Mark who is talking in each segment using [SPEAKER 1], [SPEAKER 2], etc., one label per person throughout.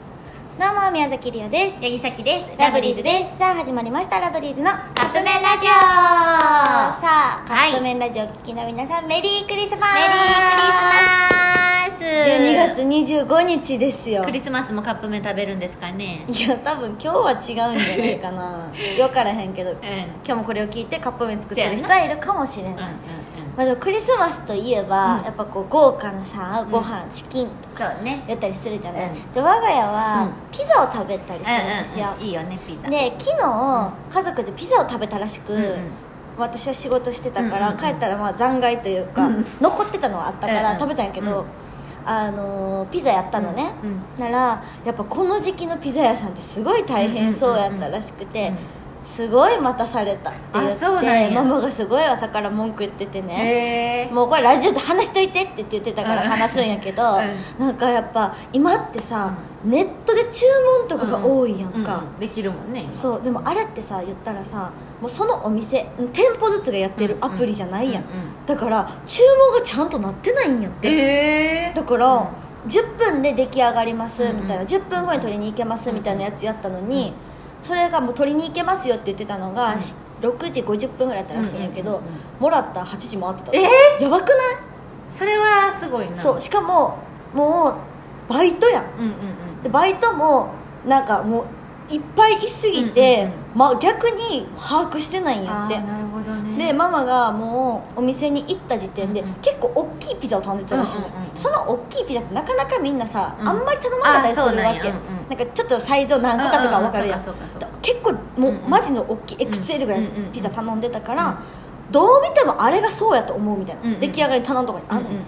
[SPEAKER 1] どうも宮崎りおです
[SPEAKER 2] 八木咲です
[SPEAKER 1] ラブリーズですさあ始まりましたラブリーズのカ
[SPEAKER 2] カップ麺ラジオ
[SPEAKER 1] さあカ
[SPEAKER 2] はい
[SPEAKER 1] ップ麺ラジオお聞きの皆さんメリークリスマス
[SPEAKER 2] メリークリスマス
[SPEAKER 1] 12月25日ですよ
[SPEAKER 2] クリスマスもカップ麺食べるんですかね
[SPEAKER 1] いや多分今日は違うんじゃないかな よからへんけど、今日もこれを聞いてカップ麺作ってる人はいるかもしれない、
[SPEAKER 2] うんうんうん
[SPEAKER 1] まあ、でもクリスマスといえば、
[SPEAKER 2] うん
[SPEAKER 1] やっぱこう豪華なさご飯、チキンとか
[SPEAKER 2] そうね
[SPEAKER 1] やったりするじゃない、
[SPEAKER 2] うん
[SPEAKER 1] で我が家は、
[SPEAKER 2] うん
[SPEAKER 1] ピザを食べたりするんですよ、
[SPEAKER 2] うんうんいいよねピザ
[SPEAKER 1] で昨日家族でピザを食べたらしく、
[SPEAKER 2] うんうん
[SPEAKER 1] 私は仕事してたか
[SPEAKER 2] うん
[SPEAKER 1] ら、
[SPEAKER 2] うんうん
[SPEAKER 1] 帰ったらまあ残骸というか、
[SPEAKER 2] うん
[SPEAKER 1] 残ってたのはあったか
[SPEAKER 2] うんう
[SPEAKER 1] ら
[SPEAKER 2] ん
[SPEAKER 1] 食べたんやけど、
[SPEAKER 2] うん
[SPEAKER 1] あのーピザやったのね、
[SPEAKER 2] うんうん
[SPEAKER 1] ならやっぱこの時期のピザ屋さんってすごい大変そうやったらしくて、
[SPEAKER 2] うんうんうん
[SPEAKER 1] すごい待たされたって言っ
[SPEAKER 2] あそうなん
[SPEAKER 1] て
[SPEAKER 2] や
[SPEAKER 1] ママがすごい朝から文句言っててね、
[SPEAKER 2] へえ
[SPEAKER 1] もうこれラジオで話しといてって言ってたから
[SPEAKER 2] うん
[SPEAKER 1] 話すんやけど、
[SPEAKER 2] う
[SPEAKER 1] なんかやっぱ今ってさネットで注文とかが多いやんか、
[SPEAKER 2] できるもんね今
[SPEAKER 1] そうでもあれってさ言ったらさもうそのお店店舗ずつがやってるアプリじゃないやん、
[SPEAKER 2] うんうんうん
[SPEAKER 1] だから注文がちゃんとなってないんやって、
[SPEAKER 2] え
[SPEAKER 1] だから、10分で出来上がりますみたいな、
[SPEAKER 2] うんうん
[SPEAKER 1] 10分後に取りに行けますみたいなやつやったのに、それがもう取りに行けますよって言ってたのが、
[SPEAKER 2] うん
[SPEAKER 1] 6時50分ぐらいだったらしいんやけど、
[SPEAKER 2] うんうんうんうん
[SPEAKER 1] もらったら8時回ってた
[SPEAKER 2] え
[SPEAKER 1] やばくない
[SPEAKER 2] それはすごいな
[SPEAKER 1] そうしかももうバイトやん
[SPEAKER 2] うんうん
[SPEAKER 1] でバイトもなんかもういっぱいいすぎて、
[SPEAKER 2] うんうん
[SPEAKER 1] まあ、逆に把握してないん
[SPEAKER 2] うん
[SPEAKER 1] や
[SPEAKER 2] あ
[SPEAKER 1] っ
[SPEAKER 2] ー
[SPEAKER 1] て
[SPEAKER 2] なるほどね
[SPEAKER 1] でママがもうお店に行った時点で、
[SPEAKER 2] うんうん
[SPEAKER 1] 結構大きいピザを頼んでたらしいの、
[SPEAKER 2] うんうんうん
[SPEAKER 1] その大きいピザってなかなかみんなさ、
[SPEAKER 2] うん
[SPEAKER 1] あんまり頼まなかったりするわけ
[SPEAKER 2] あそうなんや
[SPEAKER 1] な
[SPEAKER 2] うんうん
[SPEAKER 1] んかちょっとサイズを何個かとか分かるやん,、
[SPEAKER 2] うんうんうんそうかそうかそうか
[SPEAKER 1] 結構もう、
[SPEAKER 2] うんうん
[SPEAKER 1] マジの大きい XL ぐらいのピザ頼んでたから、どう見てもあれがそうやと思うみたいな、
[SPEAKER 2] うんうん
[SPEAKER 1] 出来上がりの棚のとかにあんの、
[SPEAKER 2] うんうんうん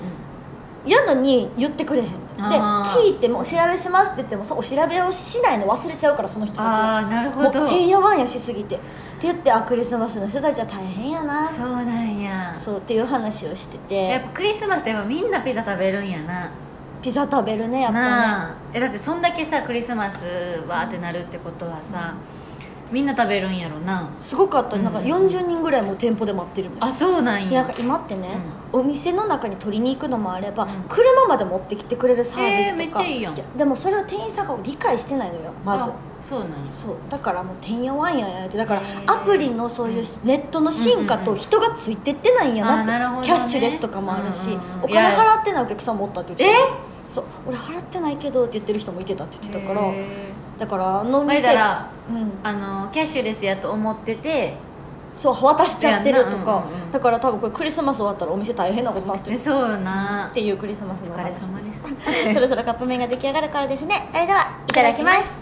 [SPEAKER 1] やのに言ってくれへんで
[SPEAKER 2] あー
[SPEAKER 1] 聞いても「お調べします」って言ってもそうお調べをしないの忘れちゃうからその人たち
[SPEAKER 2] あ
[SPEAKER 1] は
[SPEAKER 2] あなるほ
[SPEAKER 1] もう
[SPEAKER 2] ど
[SPEAKER 1] てんやわんやしすぎてって言ってあクリスマスの人たちは大変やな
[SPEAKER 2] そうなんや
[SPEAKER 1] そうっていう話をして
[SPEAKER 2] やってぱクリスマスってやっぱみんなピザ食べるんやな
[SPEAKER 1] ピザ食べるねやっぱね
[SPEAKER 2] なあえだってそんだけさクリスマスわーってなるってことはさみんな食べるんやろな
[SPEAKER 1] すごかった
[SPEAKER 2] うん
[SPEAKER 1] なんか40人ぐらいもう店舗で待ってるみたい
[SPEAKER 2] あそうなん
[SPEAKER 1] な
[SPEAKER 2] や
[SPEAKER 1] なんか今ってね、お店の中に取りに行くのもあれば、車まで持ってきてくれるサービスとか、
[SPEAKER 2] えーめっちゃいいやん
[SPEAKER 1] やでもそれを店員さんが理解してないのよまず
[SPEAKER 2] あそうなんや
[SPEAKER 1] そうだからもうてんやわんややってだから
[SPEAKER 2] へー
[SPEAKER 1] アプリのそういうネットの進化
[SPEAKER 2] うん
[SPEAKER 1] と
[SPEAKER 2] うんうん
[SPEAKER 1] 人がついてってないんやなって、
[SPEAKER 2] あーなるほどね
[SPEAKER 1] キャッシュレスとかもあるし、
[SPEAKER 2] うんうんうん
[SPEAKER 1] お
[SPEAKER 2] いや
[SPEAKER 1] 金払ってないお客さんもおったって言ってた
[SPEAKER 2] え
[SPEAKER 1] そう俺払ってないけどって言ってる人もいてたって言ってたから、
[SPEAKER 2] へ
[SPEAKER 1] だからあの
[SPEAKER 2] ーまあ
[SPEAKER 1] 店
[SPEAKER 2] だから
[SPEAKER 1] うん、
[SPEAKER 2] あのキャッシュレスやと思ってて
[SPEAKER 1] そう渡しちゃってるとか、
[SPEAKER 2] うんうんうん
[SPEAKER 1] だから多分これクリスマス終わったらお店大変なことになって
[SPEAKER 2] え
[SPEAKER 1] る
[SPEAKER 2] そうよな
[SPEAKER 1] っていうクリスマス
[SPEAKER 2] お
[SPEAKER 1] の
[SPEAKER 2] 疲れ
[SPEAKER 1] 話
[SPEAKER 2] 様です
[SPEAKER 1] そろそろカップ麺が出来上がるからですねそれではいただきます